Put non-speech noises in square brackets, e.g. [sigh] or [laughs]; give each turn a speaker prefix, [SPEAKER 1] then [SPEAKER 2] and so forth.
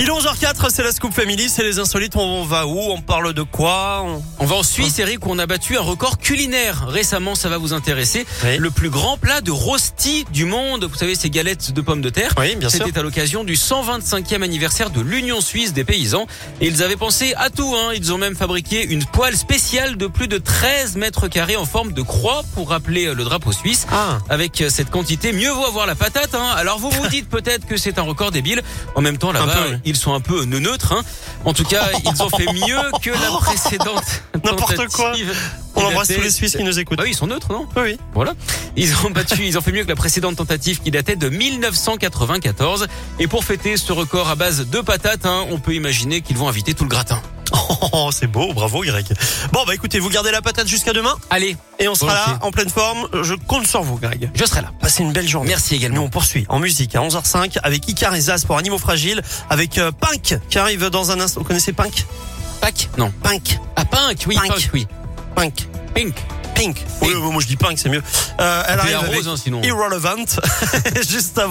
[SPEAKER 1] Il est 11h04, c'est la Scoop Family, c'est les insolites, on va où, on parle de quoi on-
[SPEAKER 2] On va en Suisse, Eric, où on a battu un record culinaire. Récemment, ça va vous intéresser.
[SPEAKER 1] Oui.
[SPEAKER 2] Le plus grand plat de rosti du monde. Vous savez, ces galettes de pommes de terre.
[SPEAKER 1] Oui, bien sûr.
[SPEAKER 2] C'était à l'occasion du 125e anniversaire de l'Union Suisse des paysans. Et ils avaient pensé à tout. Hein. Ils ont même fabriqué une poêle spéciale de plus de 13 mètres carrés en forme de croix pour rappeler euh, le drapeau suisse.
[SPEAKER 1] Ah.
[SPEAKER 2] Avec euh, cette quantité, mieux vaut avoir la patate. Hein. Alors vous vous dites peut-être que c'est un record débile. En même temps, là-bas,
[SPEAKER 1] peu, oui.
[SPEAKER 2] ils sont un peu neutres. Hein. En tout cas, ils ont fait mieux que la précédente
[SPEAKER 1] N'importe
[SPEAKER 2] tentative
[SPEAKER 1] quoi. On embrasse
[SPEAKER 2] qui
[SPEAKER 1] tous les
[SPEAKER 2] datait-
[SPEAKER 1] Suisses qui nous écoutent.
[SPEAKER 2] Bah oui, ils sont neutres, non
[SPEAKER 1] Ah Oui, oui.
[SPEAKER 2] Voilà. Ils ont battu, ils ont fait mieux que la précédente tentative qui datait de 1994. Et pour fêter ce record à base de patates, hein, on peut imaginer qu'ils vont inviter tout le gratin.
[SPEAKER 1] [laughs] Oh, c'est beau, bravo Greg. Bon, bah écoutez, vous gardez la patate jusqu'à demain
[SPEAKER 2] Allez,
[SPEAKER 1] et on sera là
[SPEAKER 2] Volontiers.
[SPEAKER 1] en pleine forme. Je compte sur vous, Greg.
[SPEAKER 2] je serai là.
[SPEAKER 1] Passez une belle journée.
[SPEAKER 2] Merci
[SPEAKER 1] Nous,
[SPEAKER 2] également.
[SPEAKER 1] on poursuit en musique hein, à 11h05 avec Icar et Zaz pour Animaux Fragiles, avec euh, Pink qui arrive dans un instant. Vous connaissez Pink
[SPEAKER 2] Pâques Non.
[SPEAKER 1] Pink.
[SPEAKER 2] Ah, Pink, oui,
[SPEAKER 1] Pink.
[SPEAKER 2] Pink, oui.
[SPEAKER 1] Pink.
[SPEAKER 2] Pink.
[SPEAKER 1] Pink. Oui,
[SPEAKER 2] Pink.
[SPEAKER 1] oui, moi je dis Pink, c'est mieux. Euh, elle
[SPEAKER 2] Puis
[SPEAKER 1] arrive
[SPEAKER 2] la
[SPEAKER 1] avec
[SPEAKER 2] rose, hein, sinon.
[SPEAKER 1] Irrelevant [laughs] juste avant.